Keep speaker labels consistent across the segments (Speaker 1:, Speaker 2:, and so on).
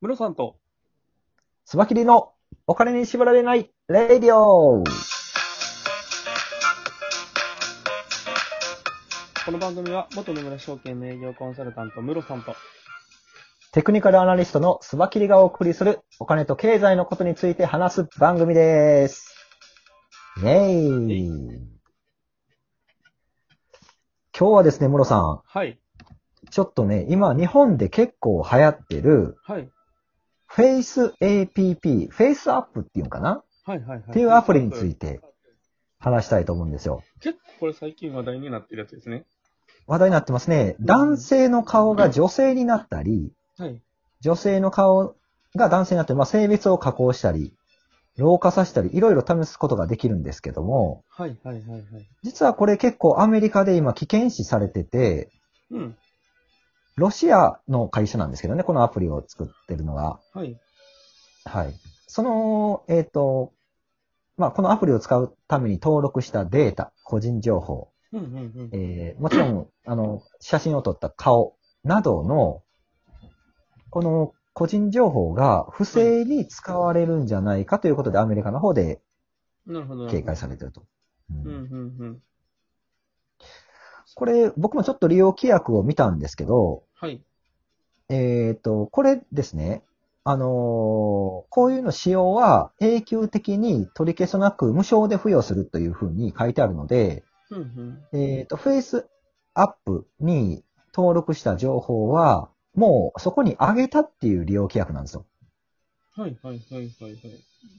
Speaker 1: ムロさんと、
Speaker 2: スマキリのお金に縛られないレイディオ
Speaker 1: この番組は、元野村証券の営業コンサルタント、ムロさんと、
Speaker 2: テクニカルアナリストのスバキリがお送りするお金と経済のことについて話す番組です。イェ
Speaker 1: イ
Speaker 2: イ今日はですね、ムロさん、
Speaker 1: はい、
Speaker 2: ちょっとね、今日本で結構流行ってる
Speaker 1: はい、
Speaker 2: Face APP、Face Up っていうんかな
Speaker 1: はい、はい。
Speaker 2: っていうアプリについ
Speaker 1: て。
Speaker 2: て話したいと思うんですよ。
Speaker 1: 結構これ最近話題になってるやつですね。
Speaker 2: 話題になってますね。男性の顔が女性になったり、
Speaker 1: はい。
Speaker 2: 女性の顔が男性になって、まあ、性別を加工したり、老化させたり、いろいろ試すことができるんですけども、
Speaker 1: はい、はい、はい、はい。
Speaker 2: 実はこれ結構アメリカで今危険視されてて、
Speaker 1: うん。
Speaker 2: ロシアの会社なんですけどね、このアプリを作ってるのが。
Speaker 1: はい。
Speaker 2: はい。その、えっ、と、まあ、このアプリを使うために登録したデータ、個人情報、
Speaker 1: うん、うん、うん。
Speaker 2: えーもちろん、あの、写真を撮った顔などの、この個人情報が不正に使われるんじゃないかということで、アメリカの方で
Speaker 1: なるほど。
Speaker 2: 警戒されてると。
Speaker 1: うん、
Speaker 2: うん
Speaker 1: うん、うん。
Speaker 2: これ、僕もちょっと利用規約を見たんですけど、
Speaker 1: はい。
Speaker 2: えっ、と、これですね、あのーこういうの使用は永久的に取り消さなく無償で付与するというふうに書いてあるので、
Speaker 1: うん、うん。
Speaker 2: えっ、と、フェイスアップに登録した情報は、もうそこに上げたっていう利用規約なんですよ。
Speaker 1: はい、はい、はい、はい。はい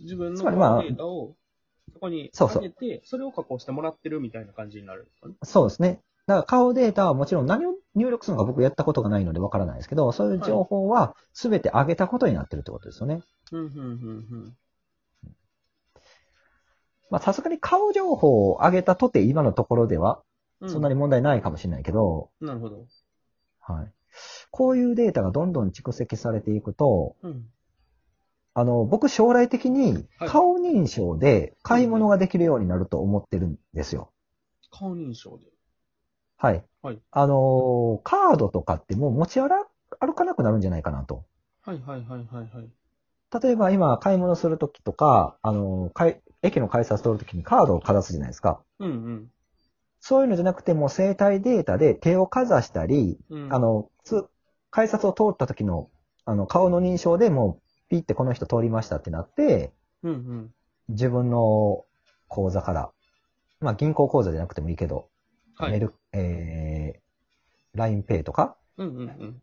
Speaker 1: 自分の
Speaker 2: つまりまあ
Speaker 1: データを、そこに
Speaker 2: そうそ
Speaker 1: 上
Speaker 2: う
Speaker 1: げて、それを加工してもらってるみたいな感じになるんですかね。
Speaker 2: そうですね。だから顔データはもちろん何を入力するのか僕やったことがないのでわからないですけど、そういう情報は全て上げたことになってるってことですよね。
Speaker 1: うん、うん、うん、
Speaker 2: まあさすがに顔情報を上げたとて今のところでは
Speaker 1: うん。
Speaker 2: そんなに問題ないかもしれないけど、
Speaker 1: なるほど。
Speaker 2: はい。こういうデータがどんどん蓄積されていくと、
Speaker 1: うん。
Speaker 2: あの、僕将来的に
Speaker 1: はい
Speaker 2: 顔認証で買い物ができるようになると思ってるんですよ。
Speaker 1: 顔認証で。
Speaker 2: はい。
Speaker 1: はい
Speaker 2: あのーカードとかってもう持ち歩かなくなるんじゃないかなと。
Speaker 1: はい、はい、はい、はい、はい。
Speaker 2: 例えば今、買い物するときとか、あのーかい駅の改札通るときにカードをかざすじゃないですか。
Speaker 1: うん、
Speaker 2: そういうのじゃなくて、もう生体データで手をかざしたり、
Speaker 1: うん。うん
Speaker 2: あ、の、つ改札を通ったときの、あの、顔の認証でもう、ピッてこの人通りましたってなって、
Speaker 1: うん、うん。
Speaker 2: 自分の口座から、まあ、銀行口座じゃなくてもいいけど、
Speaker 1: はい。
Speaker 2: メル、えー、LINEPay とか、
Speaker 1: うんうんうん。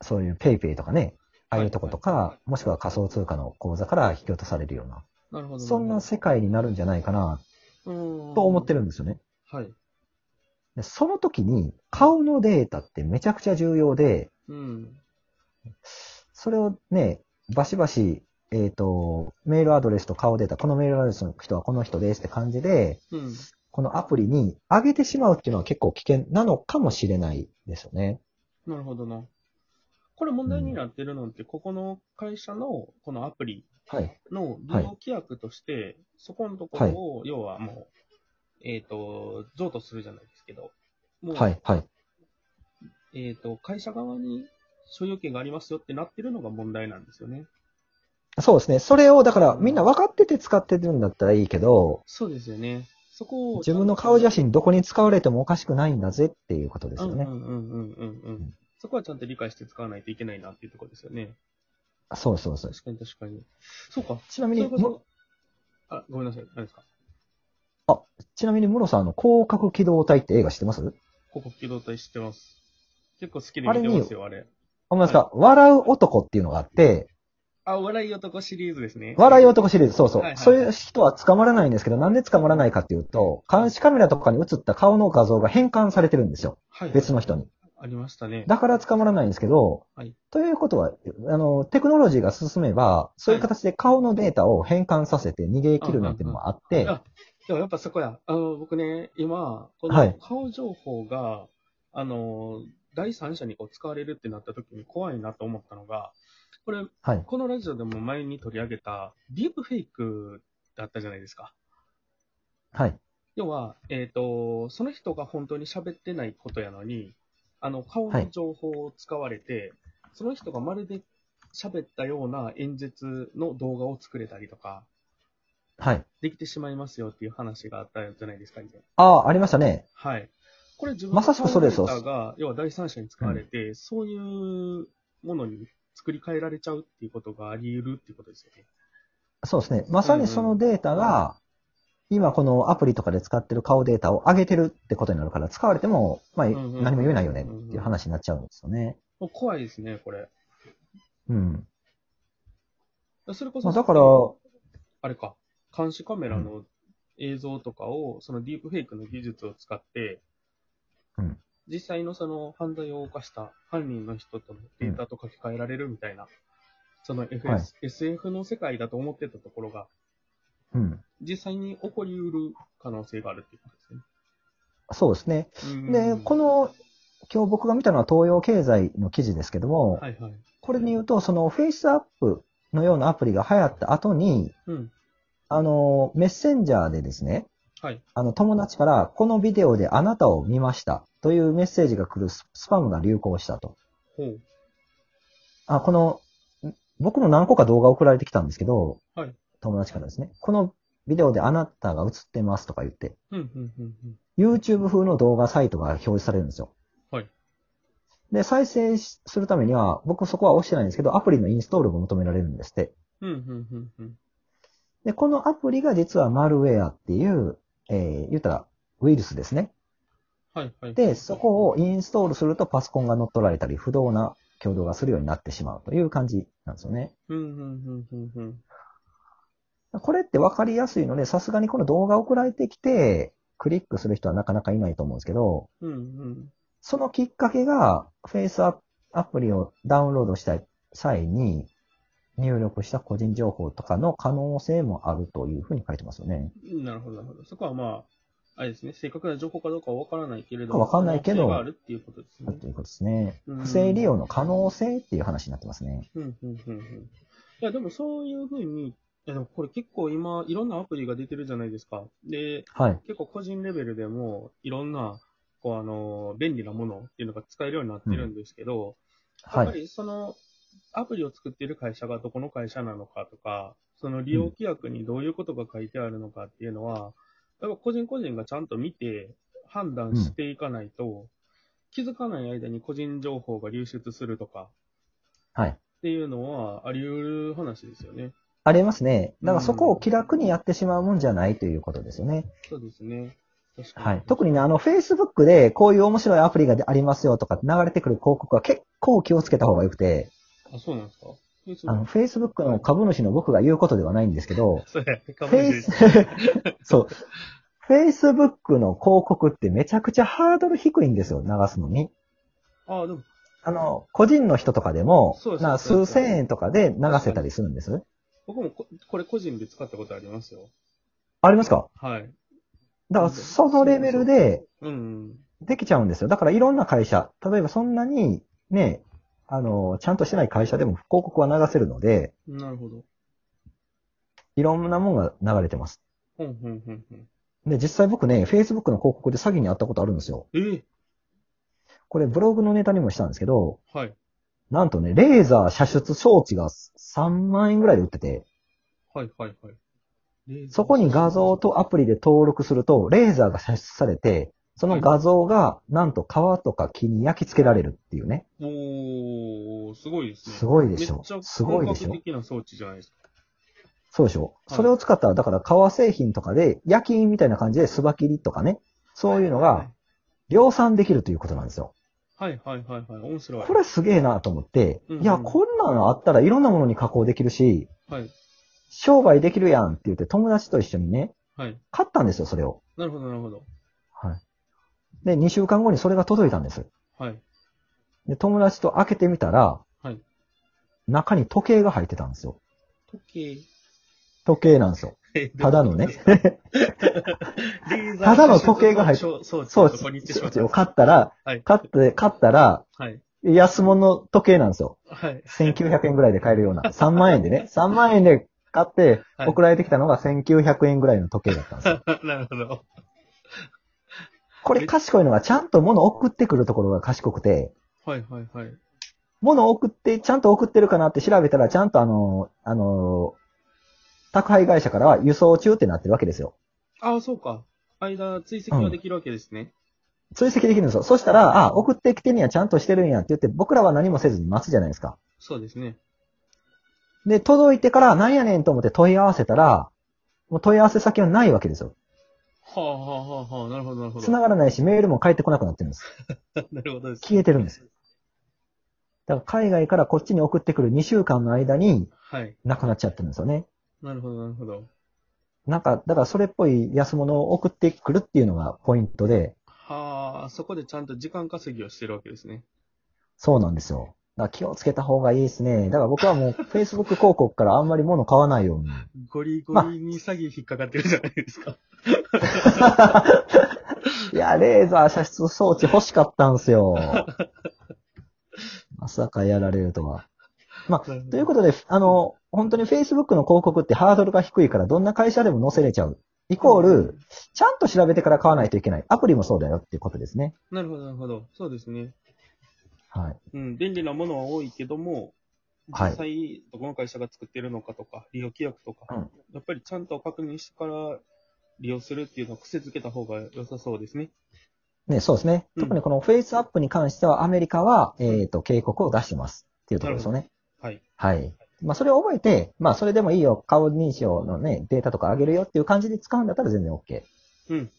Speaker 2: そういう PayPay とかね、ああいうとことか、
Speaker 1: はいはいはい
Speaker 2: もしくは仮想通貨の口座から引き落とされるような、
Speaker 1: なるほど。
Speaker 2: そんな世界になるんじゃないかな、
Speaker 1: と
Speaker 2: と思って
Speaker 1: る
Speaker 2: るんですよね。
Speaker 1: ほど。はい。
Speaker 2: でその時に、顔のデータってめちゃくちゃ重要で、
Speaker 1: うん。
Speaker 2: それをね、バシバシ、えっ、と、メールアドレスと顔データ、このメールアドレスの人はこの人ですって感じで、
Speaker 1: うん。
Speaker 2: このアプリに上げてしまうっていうのは結構危険なのかもしれないですよね。
Speaker 1: なるほどな。これ問題になってるのって、ここの会社のこのアプリ
Speaker 2: はい。
Speaker 1: の利
Speaker 2: はい
Speaker 1: 用規約として、そこのところを、要はもう、えっ、と、譲渡するじゃないですけど、もう、
Speaker 2: はい、はい。
Speaker 1: えっ、と、会社側に所有権がありますよってなってるのが問題なんですよね。
Speaker 2: そうですね。それを、だから、みんな分かってて使ってるんだったらいいけど、
Speaker 1: そうですよね。そこを。
Speaker 2: 自分の顔写真どこに使われてもおかしくないんだぜっていうことですよね
Speaker 1: う。んうんうんうんうん。うん
Speaker 2: ん、
Speaker 1: そこはちゃんと理解して使わないといけないなっていうところですよね。
Speaker 2: そうそうそう。
Speaker 1: 確かに確かに。そうか。
Speaker 2: ちなみ
Speaker 1: そ
Speaker 2: に、
Speaker 1: れこ
Speaker 2: む
Speaker 1: そ、あ、ごめんなさい。何ですか
Speaker 2: ちなみに、ムロさん、あの、広角機動隊って映画知ってます
Speaker 1: 広告機動隊知ってます。結構好きで見てますよ、あれ。
Speaker 2: 思いますか、笑う男っていうのがあって、
Speaker 1: あ、笑い男シリーズですね。
Speaker 2: 笑い男シリーズ、そうそう。
Speaker 1: はいはいはい
Speaker 2: そういう人は捕まらないんですけど、なんで捕まらないかっていうと、監視カメラとかに映った顔の画像が変換されてるんですよ。
Speaker 1: はい、
Speaker 2: 別の人に。
Speaker 1: ありましたね。
Speaker 2: だから捕まらないんですけど、
Speaker 1: はい
Speaker 2: ということは、あの、テクノロジーが進めば、そういう形で顔のデータを変換させて逃げ切るなんてのもあって、
Speaker 1: あでもやっぱそこや。あの、僕ね、今、この
Speaker 2: はい
Speaker 1: 顔情報が、あの、第三者にこう使われるってなった時に怖いなと思ったのが、これ、
Speaker 2: はい
Speaker 1: このラジオでも前に取り上げた、ディープフェイクだったじゃないですか。
Speaker 2: はい。
Speaker 1: 要は、えっ、と、その人が本当に喋ってないことやのに、あの、顔の情報を使われて、その人がまるで喋ったような演説の動画を作れたりとか、
Speaker 2: はい。
Speaker 1: できてしまいますよっていう話があったじゃないですか、以前。
Speaker 2: ああ、ありましたね。
Speaker 1: はい。これ自分
Speaker 2: まさしくそれです
Speaker 1: のデータが、要は第三者に使われて、そういうものに作り変えられちゃうっていうことがあり得るっていうことですよね。
Speaker 2: そうですね。まさにそのデータが、今このアプリとかで使ってる顔データを上げてるってことになるから、使われても、まあ、
Speaker 1: んうん
Speaker 2: 何も言えないよねっていう話になっちゃうんですよね。
Speaker 1: もう怖いですね、これ。
Speaker 2: うん。
Speaker 1: それこ
Speaker 2: ま
Speaker 1: そ、
Speaker 2: あ、だから、
Speaker 1: あれか、監視カメラの映像とかを、そのディープフェイクの技術を使って、
Speaker 2: うん
Speaker 1: 実際のその犯罪を犯した犯人の人とのデータと書き換えられるみたいな、その FS、
Speaker 2: はい
Speaker 1: SF の世界だと思ってたところが、
Speaker 2: うん。
Speaker 1: 実際に起こりうる可能性があるっていうこと
Speaker 2: そうですね。
Speaker 1: ですね。
Speaker 2: で、こ
Speaker 1: の、
Speaker 2: の、今日僕が見たのは東洋経済の記事ですけども、
Speaker 1: はいはい。
Speaker 2: これで言うと、そのフェイスアップのようなアプリが流行った後に、
Speaker 1: うん。
Speaker 2: あの、メッセンジャーでですね、
Speaker 1: はい。
Speaker 2: あの、友達から、このビデオであなたを見ましたというメッセージが来るススパムが流行したと。
Speaker 1: ほう。
Speaker 2: あ、この、ん僕も何個か動画送られてきたんですけど、
Speaker 1: はい
Speaker 2: 友達からですね、このビデオであなたが映ってますとか言って、
Speaker 1: うん、うん、うん、うん。
Speaker 2: YouTube 風の動画サイトが表示されるんですよ。
Speaker 1: はい。
Speaker 2: で、再生しするためには、僕そこは押してないんですけど、アプリのインストールも求められるんですって。
Speaker 1: うん、うん、うん、うん。
Speaker 2: で、このアプリが実はマルウェアっていう、えー、言ったら、ウイルスですね。
Speaker 1: はい、はい。
Speaker 2: で、そこをインストールするとパソコンが乗っ取られたり、不動な挙動がするようになってしまうという感じなんですよね。
Speaker 1: うん、うん、うん、うん、うん。
Speaker 2: これって分かりやすいので、さすがにこの動画送られてきて、クリックする人はなかなかいないと思うんですけど、
Speaker 1: うん、うん。
Speaker 2: そのきっかけが、フェイスアップアプリをダウンロードした際に、入力した個人情報とかの可能性もあるというふうに書いてますよね。
Speaker 1: なるほど、なるほど。そこはまあ、あれですね、正確な情報かどうかは分からないけれども、
Speaker 2: わかんないけ
Speaker 1: 可能
Speaker 2: ど
Speaker 1: 性があるっていうことですね。
Speaker 2: ということですね。
Speaker 1: うん
Speaker 2: 不正利用の可能性っていう話になってますね。
Speaker 1: うん、うん、うん、うん。いや、でもそういうふうに、いや、でもこれ結構今、いろんなアプリが出てるじゃないですか。で、
Speaker 2: はい。
Speaker 1: 結構個人レベルでも、いろんな、こう、あの、便利なものっていうのが使えるようになってるんですけど、や
Speaker 2: は
Speaker 1: っぱ
Speaker 2: い。
Speaker 1: りそのアプリを作っている会社がどこの会社なのかとか、その利用規約にどういうことが書いてあるのかっていうのは、やっぱ個人個人がちゃんと見て判断していかないと、気づかない間に個人情報が流出するとか
Speaker 2: はい。
Speaker 1: っていうのはあり得る話ですよね。
Speaker 2: ありますね。だからそこを気楽にやってしまうもんじゃないということですよね。
Speaker 1: そうですね。確かに。
Speaker 2: はい。特にね、あの、Facebook でこういう面白いアプリがありますよとか流れてくる広告は結構気をつけた方がよくて、
Speaker 1: あ、そうなんですかえそ
Speaker 2: あの、Facebook の株主の僕が言うことではないんですけど、
Speaker 1: それ、かも
Speaker 2: フ
Speaker 1: しれ
Speaker 2: ェ
Speaker 1: ない
Speaker 2: イス、 そう。Facebook の広告ってめちゃくちゃハードル低いんですよ、流すのに。
Speaker 1: あ、でも、
Speaker 2: あの、個人の人とかでも
Speaker 1: そうで、す
Speaker 2: な数千円とかで流せたりするんです。
Speaker 1: 僕もここれ個人で使ったことありますよ。
Speaker 2: ありますか
Speaker 1: はい。
Speaker 2: だからそのレベルで
Speaker 1: うん。
Speaker 2: できちゃうんですよ。だからいろんな会社、例えばそんなにね、あの、ちゃんとしてない会社でも広告は流せるので、
Speaker 1: なるほど。
Speaker 2: いろんなもんが流れてます。
Speaker 1: ほんほんほんほん。
Speaker 2: で、実際僕ね、Facebook の広告で詐欺にあったことあるんですよ。
Speaker 1: えー
Speaker 2: これブログのネタにもしたんですけど、
Speaker 1: はい。
Speaker 2: なんとね、レーザー射出装置が3万円ぐらいで売ってて、
Speaker 1: はいはいはい。
Speaker 2: そこに画像とアプリで登録すると、レーザーが射出されて、その画像がなんと皮とか木に焼き付けられるっていうね。
Speaker 1: おー、すごいですね。
Speaker 2: すごいでし
Speaker 1: め
Speaker 2: ょ
Speaker 1: っちゃ。
Speaker 2: すごいでし
Speaker 1: 本
Speaker 2: ょ
Speaker 1: 格。的な装置じゃないですか。
Speaker 2: そうでしょ。
Speaker 1: はい
Speaker 2: それを使ったら、だから革製品とかで、焼き印みたいな感じで、スバキリとかね、そういうのが量産できるということなんですよ。
Speaker 1: はいはいはいはい。面白い。
Speaker 2: これすげえなと思って
Speaker 1: うんう、ん
Speaker 2: いや、こんなのあったらいろんなものに加工できるし、
Speaker 1: はい。
Speaker 2: 商売できるやんって言って友達と一緒にね、
Speaker 1: はい。
Speaker 2: 買ったんですよ、それを。
Speaker 1: なるほどなるほど。
Speaker 2: はい。で、2週間後にそれが届いたんです。
Speaker 1: はい。
Speaker 2: で、友達と開けてみたら、
Speaker 1: はい
Speaker 2: 中に時計が入ってたんですよ。
Speaker 1: 時
Speaker 2: 時計なんですよ。
Speaker 1: 計。
Speaker 2: ただのね。
Speaker 1: レーザー
Speaker 2: ただの時計が入って
Speaker 1: そう、そう、
Speaker 2: そ、
Speaker 1: そうう、そこに行ってしまった。
Speaker 2: を買ったら、
Speaker 1: はい。
Speaker 2: 買って、買ったら、
Speaker 1: はい。
Speaker 2: 安物の時計なんですよ。
Speaker 1: はい。
Speaker 2: 1900円ぐらいで買えるような。3万円でね。3万円で買って、
Speaker 1: はい
Speaker 2: 送られてきたのが1900円ぐらいの時計だったんですよ。
Speaker 1: なるほど。
Speaker 2: これ賢いのがちゃんと物送ってくるところが賢くて、
Speaker 1: はいはいはい。
Speaker 2: 物を送って、ちゃんと送ってるかなって調べたら、ちゃんとあの、あの、宅配会社からは輸送中ってなってるわけですよ。
Speaker 1: ああ、そうか。間、追跡ができるわけですね。
Speaker 2: 追跡できるんですよ。そしたら、あ、送ってきてるんや、ちゃんとしてるんやって言って、僕らは何もせずに待つじゃないですか。
Speaker 1: そうですね。
Speaker 2: で、届いてから、なんやねんと思って問い合わせたら、もう問い合わせ先はないわけですよ。
Speaker 1: はあ、はあはあはあ、なるほど、なるほど。
Speaker 2: 繋がらないし、メールも返ってこなくなってるんです。
Speaker 1: なるほどです。
Speaker 2: 消えてるんです。だから海外からこっちに送ってくる2週間の間に、
Speaker 1: はい。
Speaker 2: なくなっちゃってるんですよね。
Speaker 1: なるほど、なるほど。
Speaker 2: なんか、だからそれっぽい安物を送ってくるっていうのがポイントで、
Speaker 1: はあ、そこでちゃんと時間稼ぎをしてるわけですね。
Speaker 2: そうなんですよ。だから気をつけた方がいいですね。だから僕はもう Facebook 広告からあんまり物買わないよ うに。
Speaker 1: ゴリゴリに詐欺引っかかってるじゃないですか。
Speaker 2: いや、レーザー射出装置欲しかったんすよ。まさかやられるとは。 ということで、あの、本当に Facebook の広告ってハードルが低いからどんな会社でも載せれちゃう。イコール、ちゃんと調べてから買わないといけない。アプリもそうだよっていうことですね。
Speaker 1: なるほど、なるほど。そうですね。
Speaker 2: はい。
Speaker 1: うん、便利なものは多いけども、
Speaker 2: はい
Speaker 1: 実際、どこの会社が作ってるのかとか、利用規約とか、
Speaker 2: うん
Speaker 1: やっぱりちゃんと確認してから利用するっていうのは癖づけた方が良さそうですね。
Speaker 2: ね、そうですね。
Speaker 1: うん
Speaker 2: 特にこのフェイスアップに関してはアメリカは、えっ、と、警告を出してますっていうところですよね。
Speaker 1: はい。
Speaker 2: はい。まあ、それを覚えて、まあ、それでもいいよ、顔認証のね、データとか上げるよっていう感じで使うんだったら全然 OK。
Speaker 1: うん。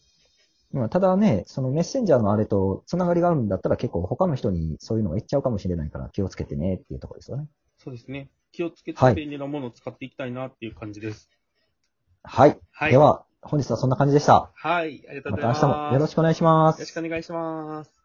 Speaker 2: まあ、ただね、そのメッセンジャーのあれとつながりがあるんだったら結構他の人にそういうのが言っちゃうかもしれないから気をつけてねっていうところですよね。
Speaker 1: そうですね。気をつけ
Speaker 2: は
Speaker 1: て
Speaker 2: い
Speaker 1: 便利なものを使っていきたいなっていう感じです。
Speaker 2: はい。
Speaker 1: はい。
Speaker 2: では、本日はそんな感じでした。
Speaker 1: はい、ありがとう
Speaker 2: ま
Speaker 1: ござ
Speaker 2: た
Speaker 1: い
Speaker 2: 明
Speaker 1: ます。
Speaker 2: 日もよろしくお願いしま
Speaker 1: よろ
Speaker 2: す
Speaker 1: し。くお願いします。